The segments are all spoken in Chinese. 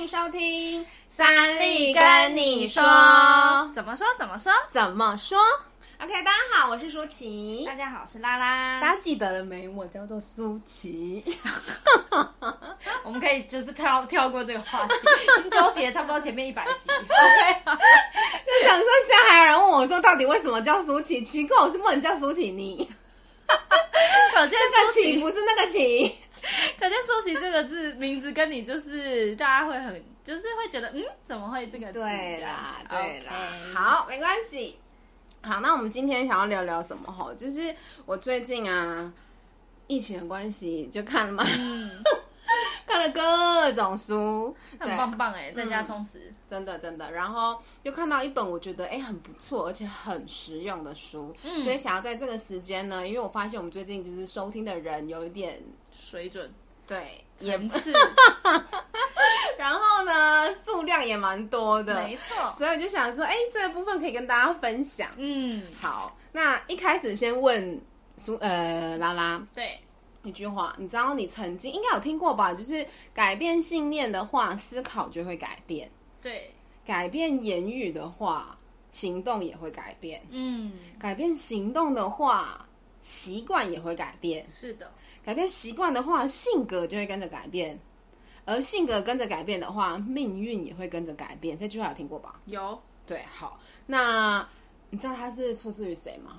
迎收听三丽立跟跟你你说说怎么说怎么说？怎么说？OK，大家好，我是舒淇。大家好，我是拉拉。大家记得了没？我叫做舒淇。我们可以就是跳跳过这个 话题，已经纠结差不多前面一百集。OK，就想说，现在还有人问我说，到底为什么叫舒淇？奇怪，我是不能叫舒淇你，可见那个舒淇淇，不是那个淇。可见舒淇这个字名字跟你就是大家会很就是会觉得嗯，怎么会这个字对啦，这样对啦 OK 好，没关系。好，那我们今天想要聊聊什么？吼，就是我最近啊，疫情的关系，就看了嘛，嗯， 看了各种书，很对棒棒哎，在家充实。真的真的，然后又看到一本我觉得哎、诶很不错，而且很实用的书，嗯所以想要在这个时间呢，因为我发现我们最近就是收听的人有一点水准对，也层次， 然后呢数量也蛮多的，没错。所以我就想说，哎、这个部分可以跟大家分享。嗯，好，那一开始先问苏呃拉拉对，一句话，你知道你曾经应该有听过吧？就是改变信念的话，思考就会改变；对，改变言语的话，行动也会改变。嗯，改变行动的话，习惯也会改变；是的，改变习惯的话，性格就会跟着改变。而性格跟着改变的话，命运也会跟着改变。这句话有听过吧？有对，好，那你知道它是出自于谁吗？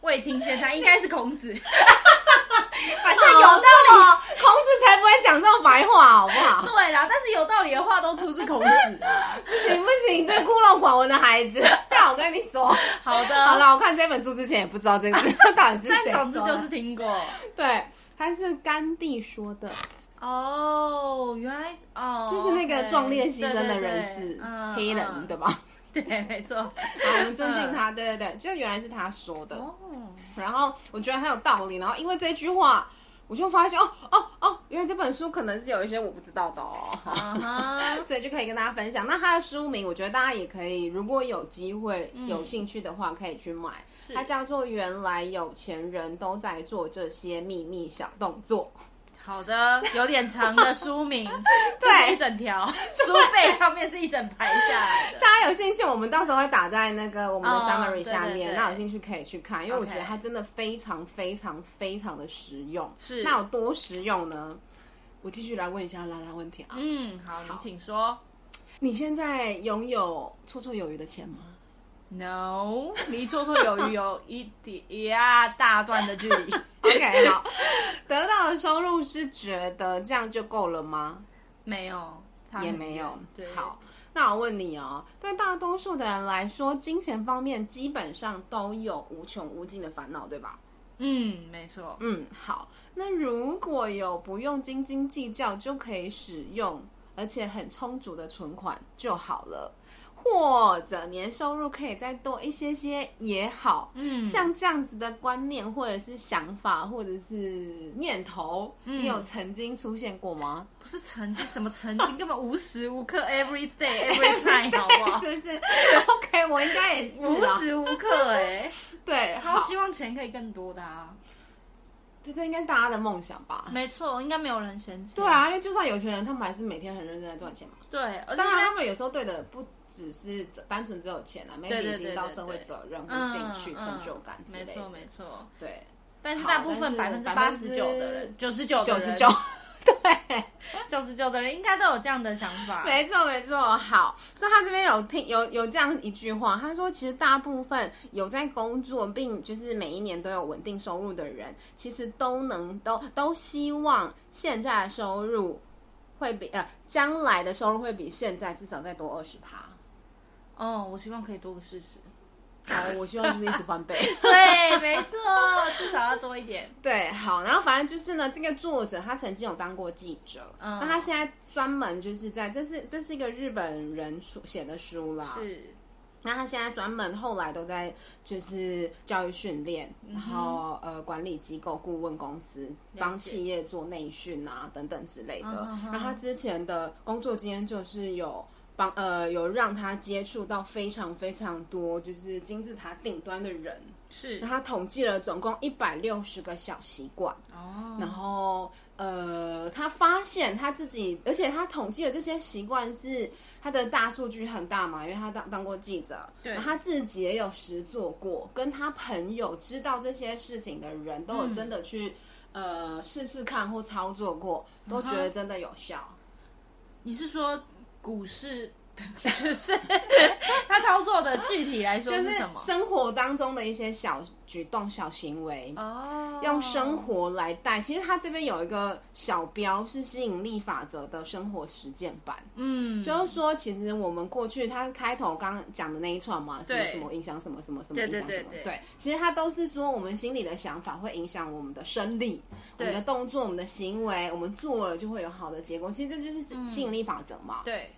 未听先猜，应该是孔 子。反这正有道理。理，孔子才不会讲这种白话，好不好？对啦，但是有道理的话都出自 孔子啊。不行不行，这孤陋寡闻的孩子，让我跟你说。好的，好，了，我看这本书之前也不知道这个 到底是但谁总之说的就是听过。对，他是甘地说的。哦，原来哦，就是那个 OK，壮烈牺牲的人对对是对嗯黑人，嗯对吧？ 对，没错。我们尊敬他，对对对，就原来是他说的。哦，然后我觉得很有道理，然后因为这句话，我就发现哦哦哦，原来这本书可能是有一些我不知道的哦，啊哈， 所以就可以跟大家分享。那它的书名，我觉得大家也可以，如果有机会、有兴趣的话，可以去买。是它叫做《原来有钱人都在做这些秘密小动作好的，有点长的书 名，就是一整 条书背上面是一整排下来》。 的。大家有兴趣，我们到时候会打在那个我们的哦 summary 对对下面。对那有兴趣可以去看，因为我 OK 觉得它真的非常非常非常的实用。是那有多实用呢？我继续来问一下拉拉问题啊。嗯，好，你请说。你现在拥有绰绰有余的钱吗？ No，离绰绰有余有一点呀大段的距离。 OK，好，得到的收入是觉得这样就够了吗？没有，差也很没远有对，。好，那我问你哦，对大多数的人来说，金钱方面基本上都有无穷无尽的烦恼，对吧？嗯，没错。嗯，好。那如果有不用斤斤计较就可以使用，而且很充足的存款就好了，或者年收入可以再多一些些也好。嗯，像这样子的观念，或者是想法，或者是念头，嗯你有曾经出现过吗？不是曾经什么曾经，根本无时无 刻，every day every time，好不好？是啊不是 ？OK，我应该也是啊无啦。时无刻哎、对，超好，希望钱可以更多的啊。这这应该是大家的梦想吧？没错，应该没有人嫌弃。对，啊，因为就算有钱人，他们还是每天很认真在赚钱嘛。对，而且当应然，该他们有时候对的不只是单纯只有钱啊对，maybe 对已经对到对社会对责任或嗯兴趣、嗯成就感之没类的。错没错。对，但是好大部分百但分是之八十九的人，九十九九十九， 对， 九十九的人应该都有这样的想法。没错没错。好，所以他这边有听有有这样一句话，他说，其实大部分有在工作并就是每一年都有稳定收入的人，其实都能都都希望现在的收入会比呃将来的收入会比现在至少再多二十趴。哦，我希望可以多个事实。好，我希望就是一直翻倍。对，没错，至少要多一点。对，好，然后反正就是呢，这个作者他曾经有当过记者，嗯那他现在专门就是在这是这是一个日本人书写的书啦，是，那他现在专门后来都在就是教育训练，嗯然后呃管理机构、顾问公司解帮企业做内训啊等等之类的。嗯哼哼然后他之前的工作经验就是有帮呃有让他接触到非常非常多就是金字塔顶端的人，是那他统计了总共一百六十个小习惯。哦，然后呃，他发现他自己，而且他统计的这些习惯是他的大数据很大嘛，因为他当当过记者，对，他自己也有实做过，跟他朋友知道这些事情的人都有真的去、嗯呃试试看或操作过，都觉得真的有效。嗯你是说股市？ 就是他操作的具体来说就是是什么？生活当中的一些小举动、小行为，哦，用生活来带。其实他这边有一个小标是吸引力法则的生活实践版，嗯，就是说，其实我们过去他开头刚刚讲的那一串嘛，什么对什么影响什么什么什么对影响什么，对对对其实它都是说我们心里的想法会影响我们的生理、我们的动作、我们的行为，我们做了就会有好的结果。其实这就是嗯吸引力法则嘛。对，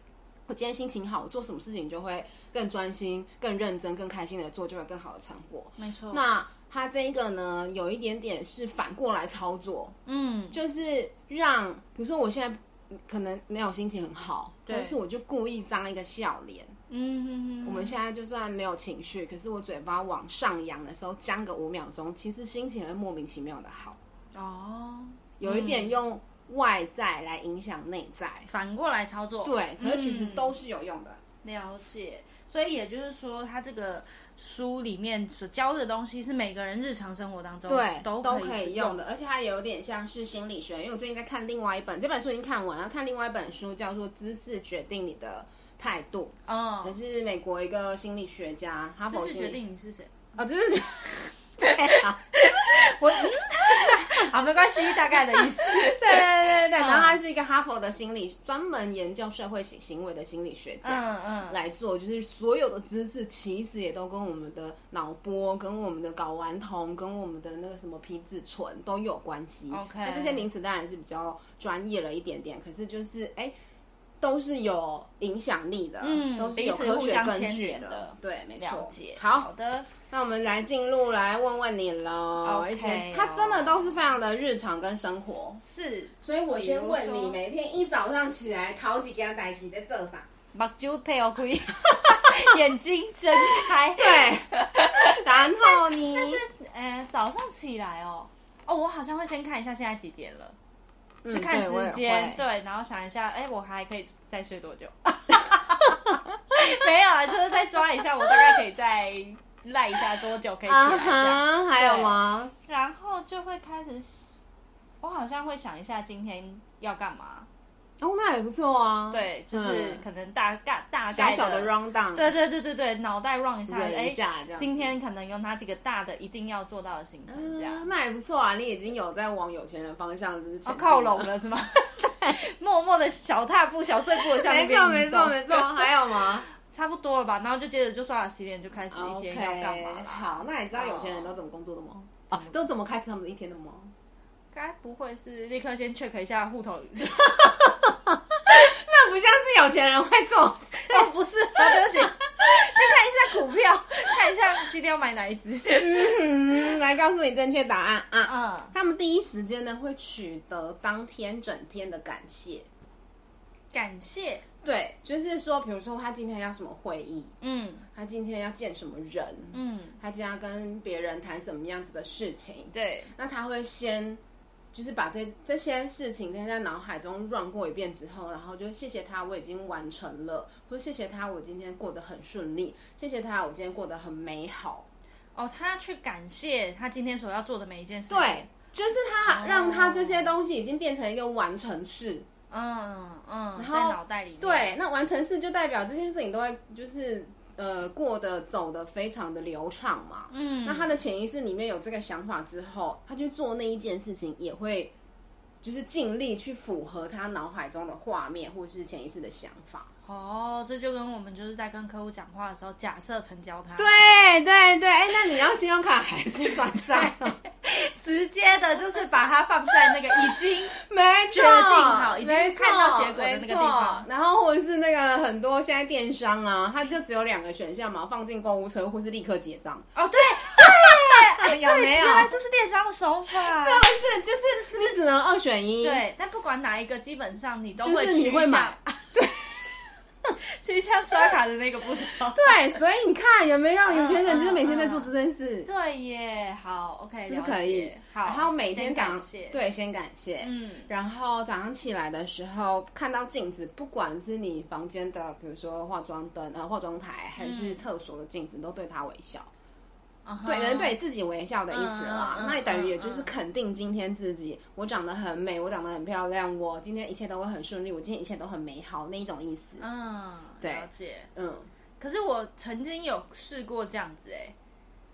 我今天心情好，我做什么事情就会更专心、更认真、更开心的做，就会有更好的成果。没错。那它这一个呢，有一点点是反过来操作，嗯，就是让，比如说我现在可能没有心情很好，对但是我就故意张一个笑脸。嗯，我们现在就算没有情绪，可是我嘴巴往上扬的时候，僵个五秒钟，其实心情会莫名其妙的好，哦，有一点用外在来影响内在。反嗯过来操作，对，可是其实嗯都是有用的。了解。所以也就是说，他这个书里面所教的东西是每个人日常生活当中对，都都可可以用的，而且它有点像是心理学，因为我最近在看另外一本，这本书已经看完了，看另外一本书叫做《姿势决定你的态度》，也哦，是美国一个心理学家，哈佛这是心决理定你是谁。 啊，姿势决 我，好，没关系，大概的意思。 对对对嗯对，然后他是一个哈佛的心理，专门研究社会行行为的心理学家。嗯嗯，来做，就是所有的姿势其实也都跟我们的脑波、跟我们的睾丸酮、跟我们的那个什么皮质醇都有关系。 OK 那这些名词当然是比较专业了一点点，可是就是哎、都是有影响力的，嗯都是有科彼此互学相根牵据连的对，没了错。解。好好，的，那我们来进入来问问你喽 OK 一些它真的都是非常的日常跟生活。是所以我先问比如你，说每天一早上起来，头一件代志在做啥？目睭配合开， 眼睛睁开。对， 然后你呃，早上起来哦，哦，我好像会先看一下现在几点了，去看时间，嗯对，对，然后想一下，哎，我还可以再睡多久？ 没有啊，就是再抓一下，我大概可以再赖一下多久可以起来啊一下，哈，还有吗？然后就会开始，我好像会想一下今天要干嘛，哦，那也不错啊。对，就是嗯可能大概大小概小的 round down，对对对对对，脑袋 run 一下，忍哎一下这样，今天可能有哪几个大的一定要做到的行程这样哦嗯。那也不错啊，你已经有在往有钱人方向就是前进靠拢。了是吗？默默的小踏步、小碎步的向 那没边错，移没动错，没错。还有吗差不多了吧？然后就接着就刷牙洗脸，就开始一天要干啊哦？OK，嘛啦？哦好，那你知道有钱人都怎么工作的吗？啊，都怎么开始他们的一天的吗？嗯该不会是立刻先 check 一下户头？那不像是有钱人会做事。哦，不是，啊，对不起，先看一下股票，看一下今天要买哪一只。嗯，来告诉你正确答案啊！嗯，他们第一时间呢会取得当天整天的感谢，感谢，对，就是说，比如说他今天要什么会议，嗯他今天要见什么人，嗯，他今天要跟别人谈什么样子的事情，对，那他会先就是把这这些事情先在脑海中转过一遍之后，然后就谢谢他，我已经完成了，或者谢谢他，我今天过得很顺利，谢谢他，我今天过得很美好，哦，他去感谢他今天所要做的每一件事情。对，，就是他哦让他这些东西已经变成一个完成式。嗯嗯，在后脑袋里面。，对，那完成式就代表这件事情都会就是呃过得走的非常的流畅嘛。嗯，那他的潜意识里面有这个想法之后，他去做那一件事情也会。就是尽力去符合他脑海中的画面或是潜意识的想法。哦，这就跟我们就是在跟客户讲话的时候，假设成交他。对对对对，哎、那你要信用卡还是转账？啊直接的，就是把它放在那个已 经 没错决定好已经没错看到结果的那个地方没错然后或者是那个很多现在电商啊，它就只有两个选项嘛，放进购物车或是立刻结账，哦，对，啊有没有原？来这是电商的手法。不是，就是你只能二选一。对，但不管哪一个，基本上你都 就是会你趋会向买，趋就像刷卡的那个步骤。对，所以你看有没有有钱人就是每天在做嗯嗯嗯这件事，对耶，好，OK，是不了可以解？好，然后每天先早感上谢，，对，先感谢，嗯，然后早上起来的时候看到镜子，不管是你房间的，比如说化妆灯、呃化妆台，还是嗯厕所的镜子，都对他微笑，啊哈对，能对自己微笑的意思啦。嗯嗯嗯那你等于嗯也就是嗯肯定今天自己，我长得很美，我长得很漂亮，我今天一切都会很顺利，我今天一切都很美好那一种意思。嗯，对了解。嗯，可是我曾经有试过这样子哎，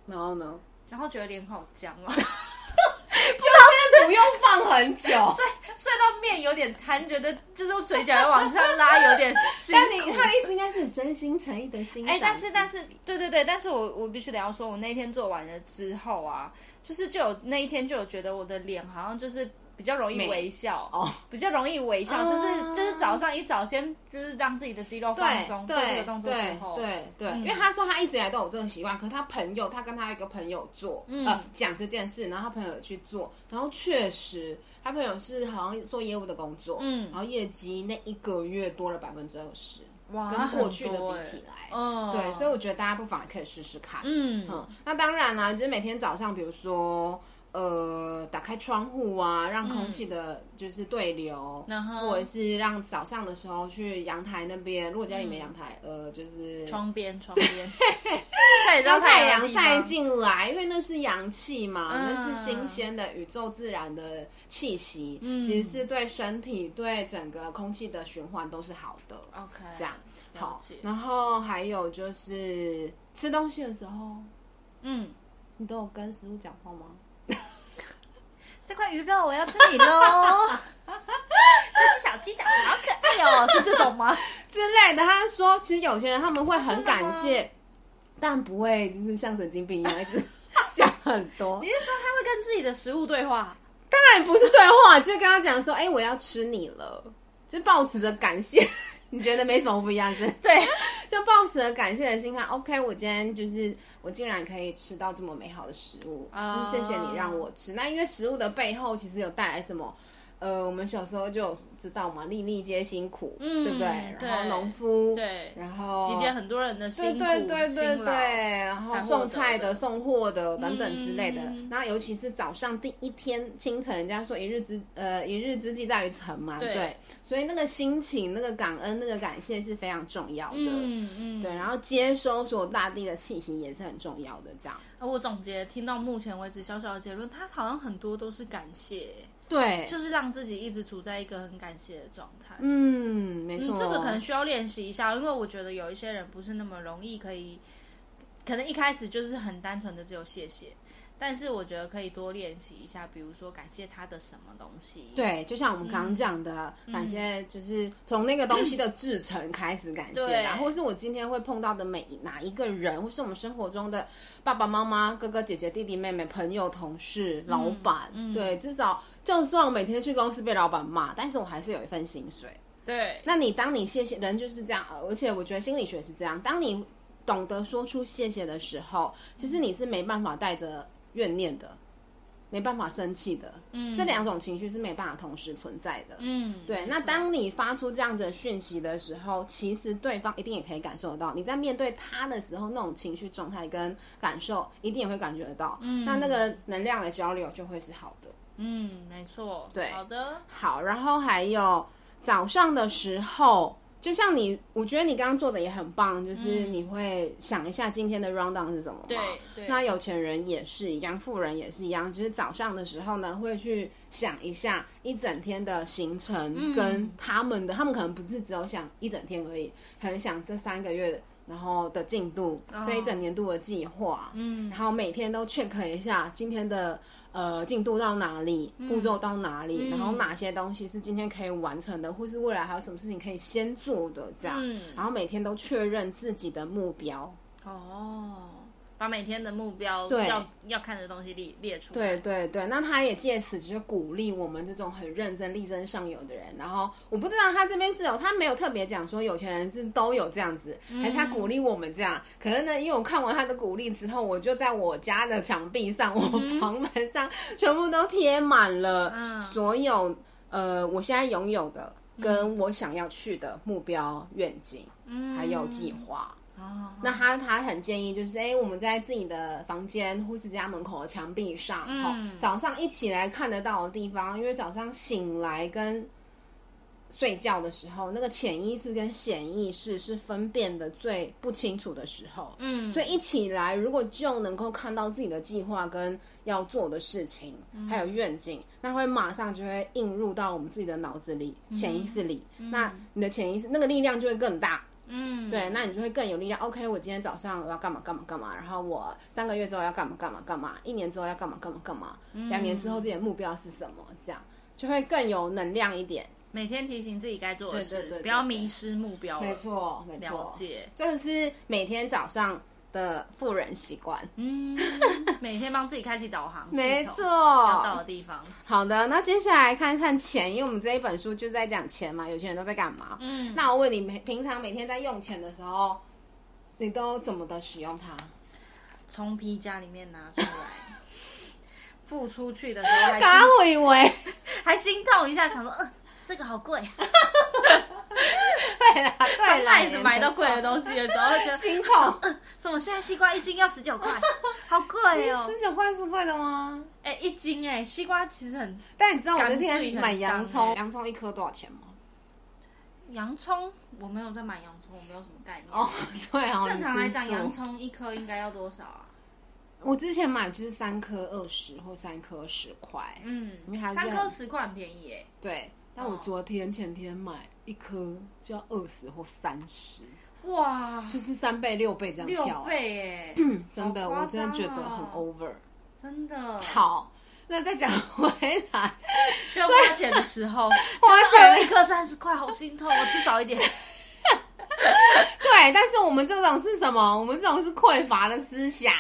然后呢，然后觉得脸好僵哦，就是不用放很 久。 睡到面有点瘫，觉得就是嘴角要往上拉，有点辛但你苦。他的意思应该是真心诚意的欣赏。哎、但是但是，对对对，但是我我必须得要说，我那一天做完了之后啊，就是就有那一天就有觉得我的脸好像就是比较容易美微笑哦，比较容易微笑，啊就是就是早上一早先就是让自己的肌肉放松，哎做这个对动作之对后，嗯对对，因为他说他一直以来都有这种习惯，可他朋友他跟他一个朋友做，嗯呃，讲这件事，然后他朋友有去做，然后确实他朋友是好像做业务的工作，嗯然后业绩那一个月多了百分之二十，哇跟过去的比起，来，那很多欸嗯，对，所以我觉得大家不妨也可以试试看，嗯嗯，那当然啦、就是每天早上，比如说。呃，打开窗户啊，让空气的就是对流，嗯然后或者是让早上的时候去阳台那边，如果家里没阳台，呃，就是嗯窗边 窗边，晒得到让太阳阳的地晒方，进来，因为那是阳气嘛，嗯那是新鲜的宇宙自然的气息，嗯其实是对身体、对整个空气的循环都是好的。 ，OK，这样好好，，然后还有就是吃东西的时候，嗯，你都有跟食物讲话吗？ 这块鱼肉我要吃你喽！ 那只小鸡蛋好可爱 哦，是这种吗？之类的。他说，其实有些人他们会很真的吗感谢，但不会就是像神经病一样一 直 讲很多你。是说它会跟自己的食物对话？当然不是对话，就跟他讲说，哎、我要吃你了，就抱持着感谢， 你觉得没什么不一样，是？对， 就抱持着感谢的心态，OK，我今天就是我竟然可以吃到这么美好的食物，啊就是谢谢你让我吃。那因为食物的背后其实有带来什么？呃，我们小时候就有知道嘛，粒粒皆辛苦，嗯对不对？对然后农夫，对然后集结很多人的对辛苦、对对对对，辛劳然后才获送得菜的、的送货的等等之类的。嗯然后尤其是早上第一天清晨，人家说一日之呃一日之计在于晨嘛，对对，所以那个心情、那个感恩、那个感谢是非常重要的。嗯嗯，对，然后接收所有大地的气息也是很重要的，这样。而我总结听到目前为止小小的结论，它好像很多都是感谢，对，就是让自己一直处在一个很感谢的状态。嗯，没错、嗯，这个可能需要练习一下，因为我觉得有一些人不是那么容易可以，可能一开始就是很单纯的只有谢谢，但是我觉得可以多练习一下，比如说感谢他的什么东西，，对，就像我们刚嗯刚讲的，感谢就是从那个东西的制成开始感谢啦，对或是我今天会碰到的每一哪一个人，或是我们生活中的爸爸妈妈、哥哥姐姐、弟弟妹妹、朋友、同事、老板，嗯对，至少就算我每天去公司被老板骂，但是我还是有一份薪水。对，那你当你谢谢人就是这样，呃而且我觉得心理学是这样，当你懂得说出谢谢的时候，其实你是没办法带着怨念的，没办法生气的，嗯，这两种情绪是没办法同时存在的。嗯，对，那当你发出这样子的讯息的时候，其实对方一定也可以感受得到，你在面对他的时候那种情绪状态跟感受，一定也会感觉得到。嗯，那那个能量的交流就会是好的。嗯，没错，对好的，好，然后还有早上的时候，就像你，我觉得你刚刚做的也很棒，就是你会想一下今天的 round down 是什么嘛？嗯对对，那有钱人也是一样，富人也是一样，就是早上的时候呢，会去想一下一整天的行程嗯跟他们的，他们可能不是只有想一整天而已，可能想这三个月然后的进度，哦这一整年度的计划，嗯然后每天都 check 一下今天的呃进度到哪里，步骤到哪里，嗯然后哪些东西是今天可以完成的，或是未来还有什么事情可以先做的这样，嗯然后每天都确认自己的目标。哦。把每天的目标对要要看的东西列列出对来，对对，那他也借此就是鼓励我们这种很认真、力争上游的人。然后我不知道他这边是有，他没有特别讲说有钱人是都有这样子，还嗯是他鼓励我们这样。可能呢，因为我看完他的鼓励之后，我就在我家的墙壁上、我房门上全部都贴满了嗯所有、呃我现在拥有的。跟我想要去的目标、愿景，嗯，还有计划。哦，那他他很建议就是，哎、我们在自己的房间或是家门口的墙壁上，嗯哦，早上一起来看得到的地方，因为早上醒来跟睡觉的时候，那个潜意识跟显意识是分辨的最不清楚的时候。嗯，所以一起来，如果就能够看到自己的计划跟要做的事情，嗯还有愿景，那会马上就会映入到我们自己的脑子里、潜意识里。那你的潜意识那个力量就会更大。嗯，对，那你就会更有力量。OK，我今天早上我要干嘛干嘛干嘛，然后我三个月之后要干嘛干嘛干嘛，一年之后要干嘛干嘛干嘛，嗯两年之后自己的目标是什么？这样就会更有能量一点。每天提醒自己该做的对对事对对，对不要迷失目标了。没错，没了错，解，这个是每天早上的富人习惯。嗯，每天帮自己开启导航系统，没错，要到的地方，好的，那接下来看看钱，因为我们这一本书就在讲钱嘛，有钱人都在干嘛？嗯，那我问你，每平常每天在用钱的时候，你都怎么的使用它？从皮夹里面拿出来，付出去的时候还刚心刚我以为。还心痛一下，想说，嗯、这个 好贵，对啦，对啦，卖买到贵的东西嗯的时候，觉得心痛。什么现在西瓜一斤要十 九块，好贵哦十，九块是贵的吗？哎、一斤哎、西瓜其实很，但你知道我那感觉天很买洋葱，香欸洋葱一颗多少钱吗？洋葱我没有在买洋葱，我没有什么概念。哦， 对哦，正常来讲，你吃素洋葱一颗应该要多少啊？我之前买就是三颗二十或三颗十块，嗯因为还，是三颗很十块很便宜哎、对。但我哦昨天前天买一颗就要二十或三十，哇，就是三倍六倍这样啊六跳欸，倍哎、嗯真的，好夸我真的觉得张哦很 over。真的。，好，那再讲回来，就花钱的时候，花钱就一颗三十块，好心痛，我吃少一点。 对，但是我们这种是什么？我们这种是匮乏的思想，，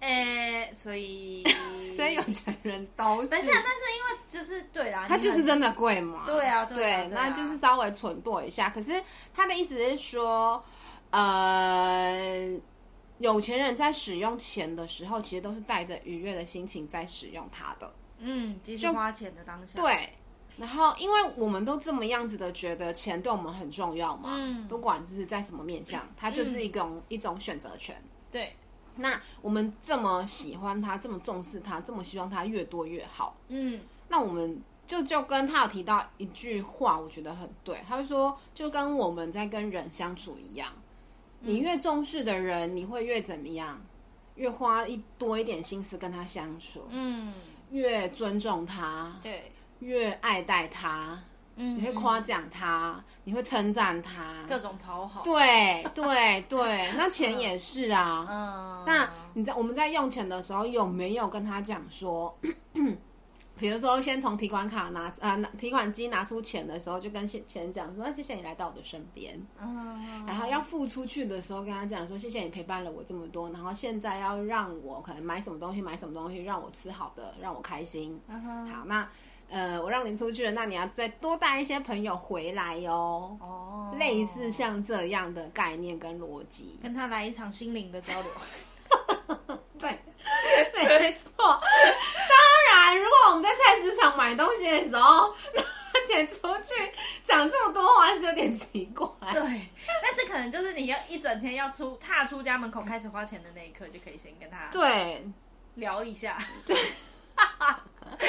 哎、所以 所以有钱人都是。等一下，但是因为就是对啦，它就是你很真的贵嘛？对啊对对啊对啊那就是稍微蠢剁一下。可是他的意思是说，呃，有钱人在使用钱的时候，其实都是带着愉悦的心情在使用它的。嗯，即使花钱的当下，，对，然后因为我们都这么样子的觉得钱对我们很重要嘛，嗯不管是在什么面向，它就是一种、一种选择权。对，那我们这么喜欢它，这么重视它，这么希望它越多越好。嗯那我们就就跟他有提到一句话，我觉得很对，他就说就跟我们在跟人相处一样，你嗯越重视的人，你会越怎么样？越花一多一点心思跟他相处，嗯，越尊重他，对，越爱戴他，嗯，你会夸奖他，你会称赞他，各种讨好，对对对，那钱也是啊，嗯，那你在我们在用钱的时候，有没有跟他讲说， 比如说先从提款卡拿呃拿提款机拿出钱的时候，就跟钱钱讲说，啊谢谢你来到我的身边。嗯，然后要付出去的时候，跟他讲说，谢谢你陪伴了我这么多，然后现在要让我可能买什么东西，买什么东西，让我吃好的，让我开心。嗯哼，好，那呃我让你出去了，那你要再多带一些朋友回来哟、哦。哦，类似像这样的概念跟逻辑，跟他来一场心灵的交流， 对， 没错。当然，如果我们在菜市场买东西的时候 拿钱出去讲这么多话，是有点奇怪。对，但是可能就是你要一整天要出踏出家门口开始花钱的那一刻，就可以先跟他对，聊一下，对， 聊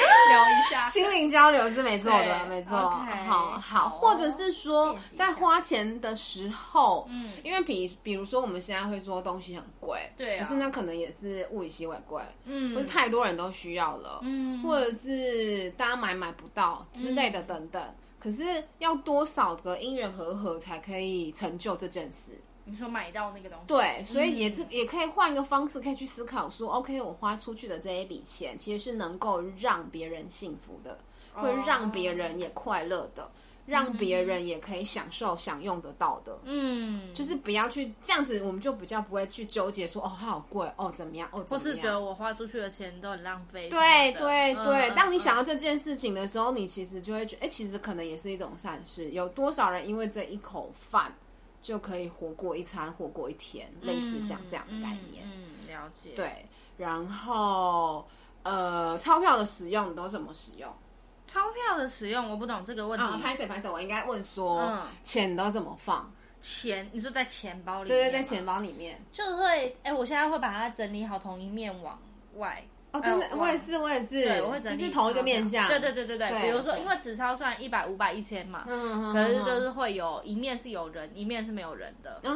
一下，心灵交流是没错的，对没错。 OK，好好，好或者是说练习一下在花钱的时候，嗯因为比比如说我们现在会说东西很贵，对啊可是那可能也是物以稀为贵，嗯，不是太多人都需要了，嗯，或者是大家买买不到之类的等等。可是要多少个因缘和合才可以成就这件事？你说买到那个东西，嗯对，所以也是、也可以换一个方式，可以去思考说，OK，我花出去的这一笔钱其实是能够让别人幸福的，哦会让别人也快乐的，让别人也可以享受享用得到的。嗯，就就是不要去这样子，我们就比较不会去纠结说哦，它好贵哦，怎么样哦，怎或么是样。觉得我花出去的钱都很浪费什对么的。哎对嗯对，嗯当你嗯想到这件事情的时候，你其实就会觉得，哎、其实可能也是一种善事。有多少人因为这一口饭就可以活过一餐、活过一天，类似像这样的概念。嗯，嗯了解。，对，然后呃，钞票的使用你都怎么使用？钞票的使用我不懂这个问题。啊，拍谁拍谁，我应该问说，嗯钱都怎么放？钱，你说在钱包里面对吗，对，在钱包里面。就会，哎、我现在会把它整理好，同一面往外。哦，真的哎，我也是，我也是对，我会，整就理是同一个面钞相。票对对对对对，对比如说，对因为纸钞算一百、五百、一千嘛，嗯，嗯可是就是会有一面是有人，一面是没有人的。啊，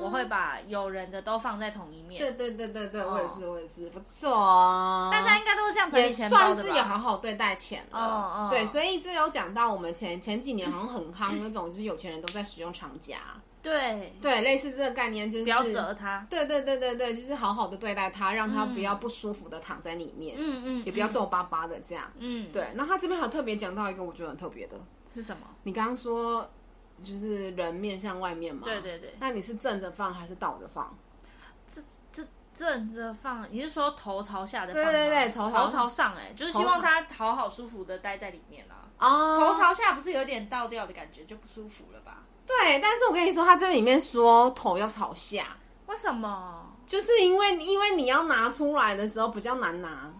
我会把有人的都放在同一面。对对对对对，我也是，我也是，不错哦。哦大家应该都是这样整也理钱包算的是有吧？好好对待钱了，哦哦对，所以这有讲到我们前前几年好像很夯那种，就是有钱人都在使用长夹，对，对，类似这个概念就是不要折它。对对对对对，就是好好的对待它，让它不要不舒服的躺在里面，嗯嗯，也不要嗯。皱巴巴的这样。嗯，对，那他这边还特别讲到一个我觉得很特别的，是什么？你刚刚说就是人面向外面嘛，对对对，那你是正着放还是倒着放？正着放，你是说头朝下的对放吗？对对头朝头朝上、哎，就是希望它好好舒服的待在里面啦、哦头朝下不是有点倒掉的感觉，就不舒服了吧？对，但是我跟你说，他这里面说头要朝下，为什么？就是因为因为你要拿出来的时候比较难拿，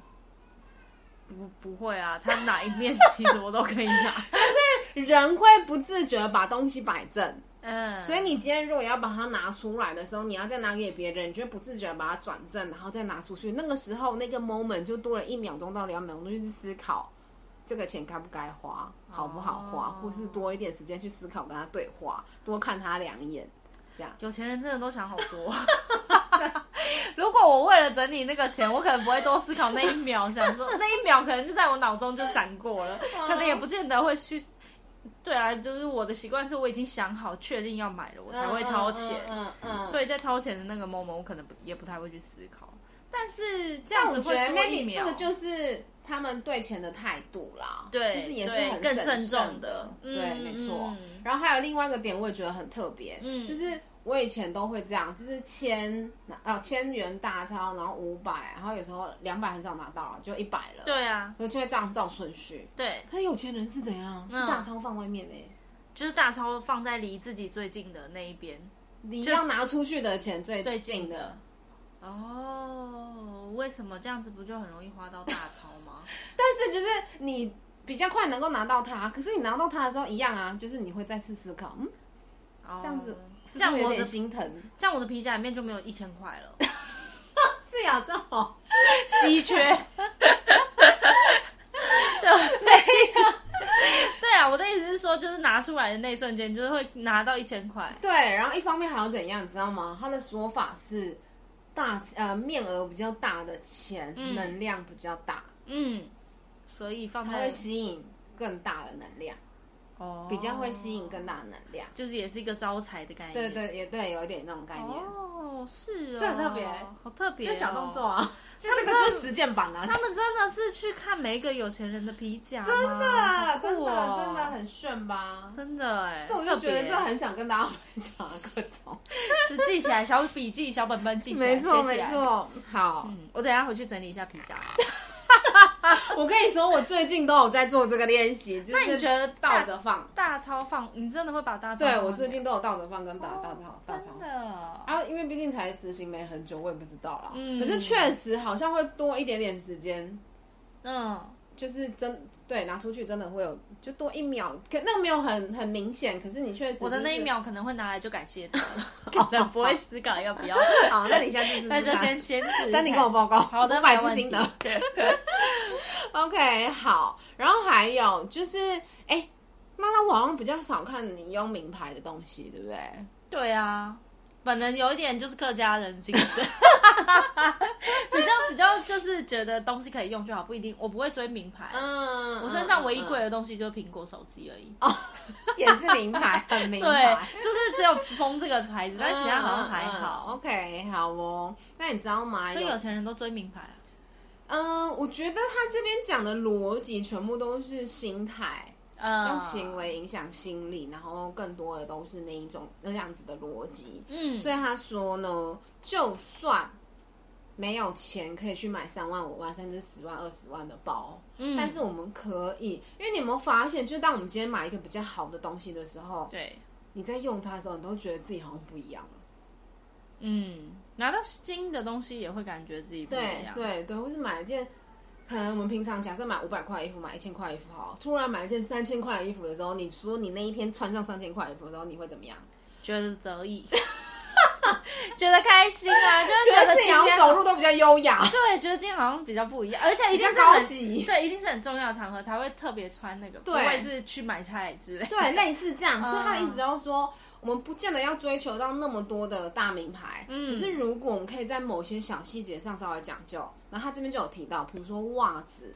不不会啊，它哪一面其实我都可以拿。 人会不自觉地把东西摆正，嗯，所以你今天如果要把它拿出来的时候，你要再拿给别人，你就会不自觉地把它转正，然后再拿出去。那个时候那个 moment 就多了一秒钟到两秒钟，就是思考这个钱该不该花，好不好花，哦或是多一点时间去思考跟他对话，多看他两眼，这样。有钱人真的都想好多。 如果我为了整理那个钱，我可能不会多思考那一秒，想说那一秒可能就在我脑中就闪过了，可能也不见得会去。对啊，就是我的习惯是我已经想好确定要买了，我才会掏钱。嗯嗯嗯嗯所以在掏钱的那个 moment，我可能不也不太会去思考。但是这但样我子觉会得多一 maybe 这秒，个就是他们对钱的态度啦，对就是也是对很更慎慎重的的，对，嗯没错嗯嗯。然后还有另外一个点，我也觉得很特别，嗯就是我以前都会这样，就是千啊千元大钞，然后五百，然后有时候两百很少拿到了，就一百了，，对啊，我就会这样照顺序。对，可是有钱人是怎样？是嗯大钞放外面嘞、就是大钞放在离自己最近的那一边。你就要拿出去的钱最最近近的的。哦，为什么这样子不就很容易花到大钞吗？但是就是你比较快能够拿到它，可是你拿到它的时候一样啊，就是你会再次思考，嗯，哦这样子是这不是样有我点的心疼。这样我的皮夹里面就没有一千块了，是呀，正好稀缺。 就没有。 对啊，我的意思是说，就是拿出来的那一瞬间，就是会拿到一千块。对。然后一方面还要怎样，你知道吗？他的说法是大呃面额比较大的钱，嗯能量比较大，嗯，所以放它在会吸引更大的能量，哦，比较会吸引，更大的能量。就是也是一个招财的概念。对对，也对，有一点那种概念，哦，是哦，是很特别好特别、就哦，小动作。啊，就这个就是实践版 啊。他们真的是去看每一个有钱人的皮夹吗，真的，真好酷的，哦真的很炫吧？真的哎、所以我就觉得这特别很想跟大家分啊享的各种。就记起来，小笔记、小本本记起来， 没错，写没起来。错。好，嗯，我等一下回去整理一下皮夹。我跟你说，我最近都有在做这个练习，就那你是觉得倒大着放。大钞放，你真的会把大钞放对哪里？我最近都有倒着放跟打哦倒着好倒着真好。的，啊，因为毕竟才实行没很久，我也不知道啦。嗯可是确实好像会多一点点时间，嗯，就是真对拿出去真的会有就多一秒，可那个没有很很明显，可是你确实、我的那一。秒可能会拿来就感谢他， 可能不会思考要不要，好，那你下次试试 那看就先先试试看。但你跟我报告，好的，我百没之问心题得。。OK，好，然后还有就是，哎、妈妈，我好像比较少看你用名牌的东西，对不对？对啊，本人有一点就是客家人精神， 比较比较就是觉得东西可以用就好，不一定我不会追名牌。嗯，我身上唯一贵嗯的东西就是苹果手机而已。嗯也是名牌，很名 对牌。，就是只有封这个牌子，但其他好像还嗯嗯嗯好。 OK，好哦。那你知道吗？所以有有钱人都追名牌啊。嗯，我觉得他这边讲的逻辑全部都是心态，嗯，用行，为影响心理，然后更多的都是那一种那样子的逻辑。嗯，所以他说呢，就算没有钱可以去买三万、五万，甚至十万、二十万的包，嗯但是我们可以，因为你有没有发现，就是当我们今天买一个比较好的东西的时候，对，你在用它的时候，你都觉得自己好像不一样了。嗯，拿到新的东西也会感觉自己不一对样。对对，或是买一件可能我们平常假设买五百块衣服，买一千块衣服好，突然买一件三千块的衣服的时候，你说你那一天穿上三千块衣服的时候，你会怎么样？觉得得意， 觉得开 心啊，就是觉觉得自今己好天像走路都比较优雅，对，觉得今天好像比较不一样，而且一比较定是高很级。对，一定是很重要的场合才会特别穿那个，不对会是去买菜之类。对，类似这样，嗯所以他的意思就是说，我们不见得要追求到那么多的大名牌，嗯可是如果我们可以在某些小细节上稍微讲究，然后他这边就有提到，比如说袜子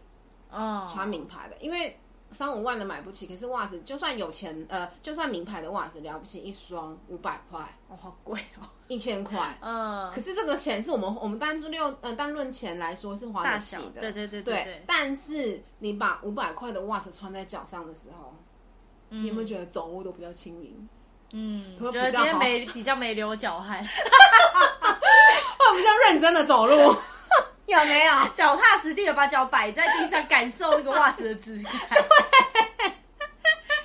嗯，穿名牌的，因为三五万的买不起，可是袜子就算有钱，呃，就算名牌的袜子了不起一双五百块、哦，好贵哦。一千块，嗯，可是这个钱是我们我们单论呃单论钱来说是花大得起小，的，对对对对对，但是你把五百块的袜子穿在脚上的时候，你有没有觉得走路都比较轻盈？ 嗯，可能觉比得较今天好没比较没流脚汗，我比较认真的走路， 有没有？脚踏实地的把脚摆在地上，感受那个袜子的 质感。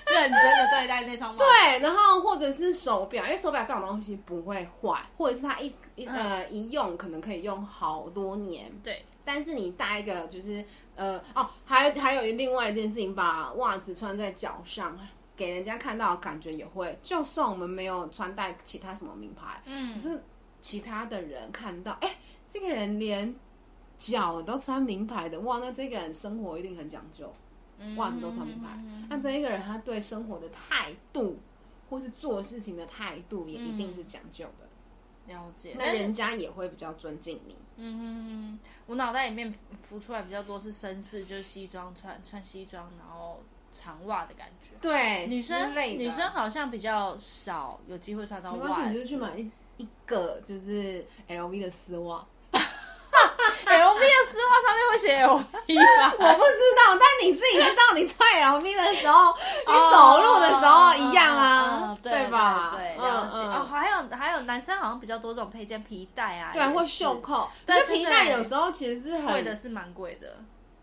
认真的对待那双袜子。对，然后或者是手表，因为手表这种东西不会坏，或者是它一一呃一用可能可以用好多年。对，但是你搭一个就是呃哦，还还有另外一件事情，把袜子穿在脚上，给人家看到的感觉也会，就算我们没有穿戴其他什么名牌，可嗯，是其他的人看到，哎、这个人连脚都穿名牌的，哇，那这个人生活一定很讲究。袜子都穿名牌嗯那这一个人他对生活的态度，或是做事情的态度，也一定是讲究的。了解。那人家也会比较尊敬你。嗯，我脑袋里面浮出来比较多是绅士，就是西装穿穿西装，然后长袜的感觉。对，女生之类的女生好像比较少有机会穿到没袜关系，子，你就去买一一个就是 LV 的丝袜。 LV 的丝袜上面会写 LV 吧？ 我不知道，但你自己知道，你穿 LV 的时候，你哦走路的时候一样嗯嗯啊嗯，对吧？对，嗯了解。嗯哦，还有还有，男生好像比较多这种配件，皮带啊，对，也或是袖，扣，可对是对皮带对有时候其实是贵很的是蛮贵的。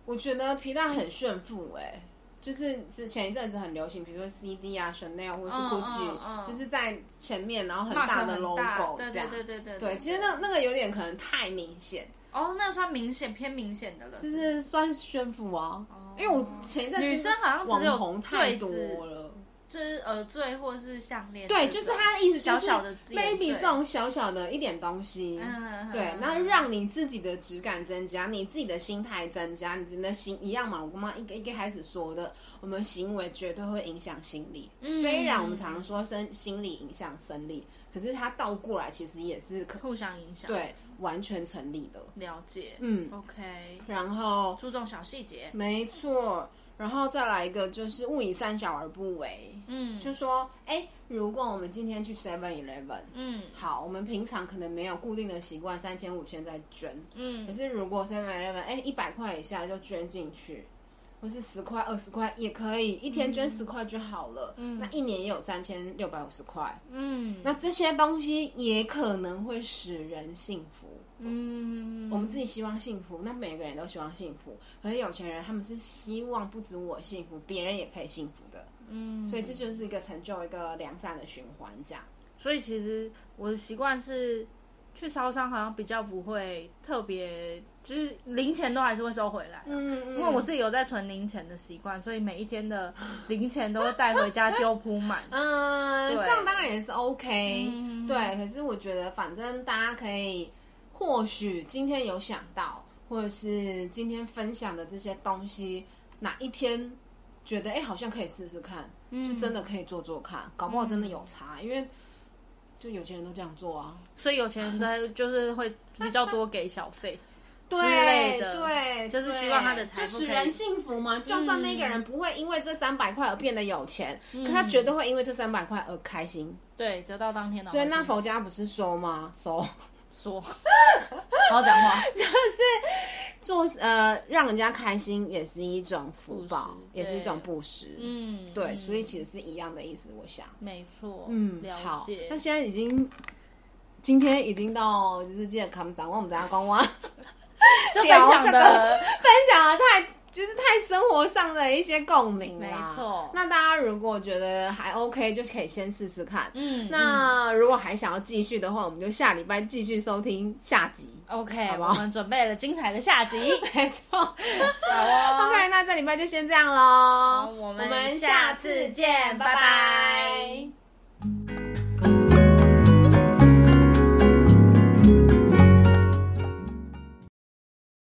我觉得皮带很炫富哎、就是之前一阵子很流行，比如说 CD 啊、Chanel 或者是嗯 Gucci，、嗯嗯就是在前面，然后很 mark 大的很 logo 对这对样。对对对对，其实那那个有点可能太明显，哦，那算明显偏明显的了，就是是算炫富啊。哦因为我前一阵子女生好像只有网红太多了，就是耳坠或是项链这种，对，就是他的意思小就是小的 maybe 这眼坠种小小的一点东西，嗯对，那让你自己的质感增加，你自己的心态增加，你的行一样嘛。我刚刚一个一开始说的，我们行为绝对会影响心理。嗯虽然我们常说生心理影响生理，可是它倒过来其实也是可互相影响，，对完全成立的。了解嗯， ，OK，然后注重小细节，没错，然后再来一个就是勿以善小而不为，嗯就说哎、如果我们今天去 Seven Eleven。嗯好，我们平常可能没有固定的习惯，三千五千在捐，可嗯，是如果 Seven Eleven 哎一百块以下就捐进去，或是十块二十块也可以，一天嗯捐十块就好了。那一年也有三千六百五十块。嗯那这些东西也可能会使人幸福。嗯，我们自己希望幸福，那每个人都希望幸福。可是有钱人他们是希望不止我幸福，别人也可以幸福的。嗯，所以这就是一个成就一个良善的循环，这样。所以其实我的习惯是去超商，好像比较不会特别，就是零钱都还是会收回来。嗯嗯。因为我自己有在存零钱的习惯，所以每一天的零钱都会带回家丢铺满嗯，对这样当然也是 OK。嗯对，可是我觉得反正大家可以，或许今天有想到，或者是今天分享的这些东西，哪一天觉得哎、诶好像可以试试看，嗯就真的可以做做看，搞不好真的有差，因为就有钱人都这样做啊。所以有钱人在就是会比较多给 小费。之类对的对，就是对希望他的财就富使可以人幸福嘛。就算那个人不会因为这三百块而变得有钱，嗯可他绝对会因为这三百块而开心。对，得到当天的好所心以哎情。那佛家不是说吗？收。 说，好好讲话。做呃让人家开心也是一种福报布施，也是一种对布施。嗯，对，嗯所以其实是一样的意思，我想。没错，嗯，了好解。。那现在已经，今天已经到就是记得他们掌握我们家公啊， 这分享聊这的分享的太就是太生活上的一些共鸣啦。没错那大家如果觉得还 OK，就可以先试试看。嗯，那如果还想要继续的话，我们就下礼拜继续收听下集。 OK，好不我好们准备了精彩的下集，没错。好哦 OK，那这礼拜就先这样好喽。我们们下次见，拜拜拜拜